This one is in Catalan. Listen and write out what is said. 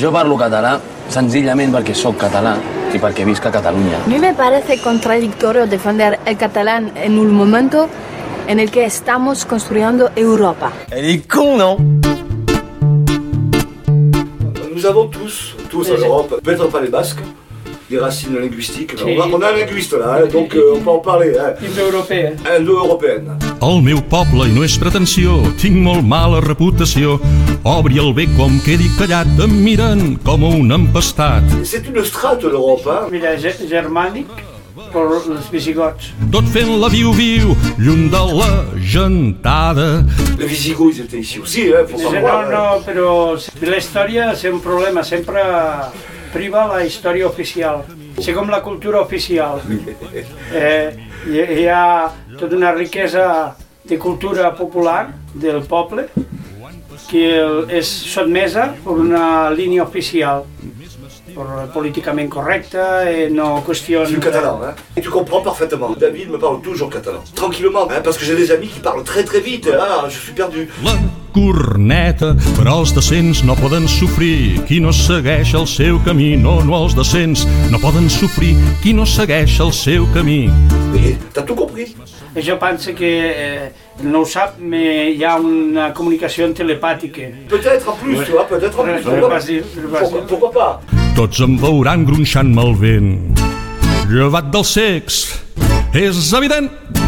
Jo parlo català senzillament perquè sóc català i perquè visc a Catalunya. A mí me parece contradictorio defender el catalán en un momento en el que estamos construyendo Europa. Elle est con, non Nous avons tous, tous en Europe, peut-être pas les Basques, des racines linguistiques. On a, on a un linguiste là, hein, donc euh, on peut en parler. Hein. Indoeuropea. Indo-européenne. El meu poble, i no és pretensió, tinc molt mala reputació. Obri el bec com quedi callat, em miren com a un empestat. C'est une strate l'Europe. Hein. Mira, ge germànic per els visigots. Tot fent la viu-viu, lluny de la gentada. Les Visigoths, ils étaient ici aussi, hein, faut No, pas no, voir. no, hein. però la història és un problema, sempre priva la història oficial. Sé com la cultura oficial. Eh, hi, hi ha tota una riquesa de cultura popular del poble que el- és sotmesa per una línia oficial per políticament correcta i no Je suis qüestions... catalan, hein. Et tu comprends parfaitement. David me parle toujours catalan. Tranquillement, hein, parce que j'ai des amis qui parlent très très vite. Ah, je suis perdu. La corneta, però els decents no poden sofrir. Qui no segueix el seu camí, no, no els decents no poden sofrir. Qui no segueix el seu camí. Mais t'as tout compris. I Jo penso que eh, no ho sap, me, hi ha una comunicació telepàtica. Peut-être en plus, tu vois, peut-être en Ouais, plus. je vais Pourquoi, pas dire, je vais pas pourquoi- dire. pourquoi pas Tots em veuran gronxant-me el vent. Llevat dels cecs, és evident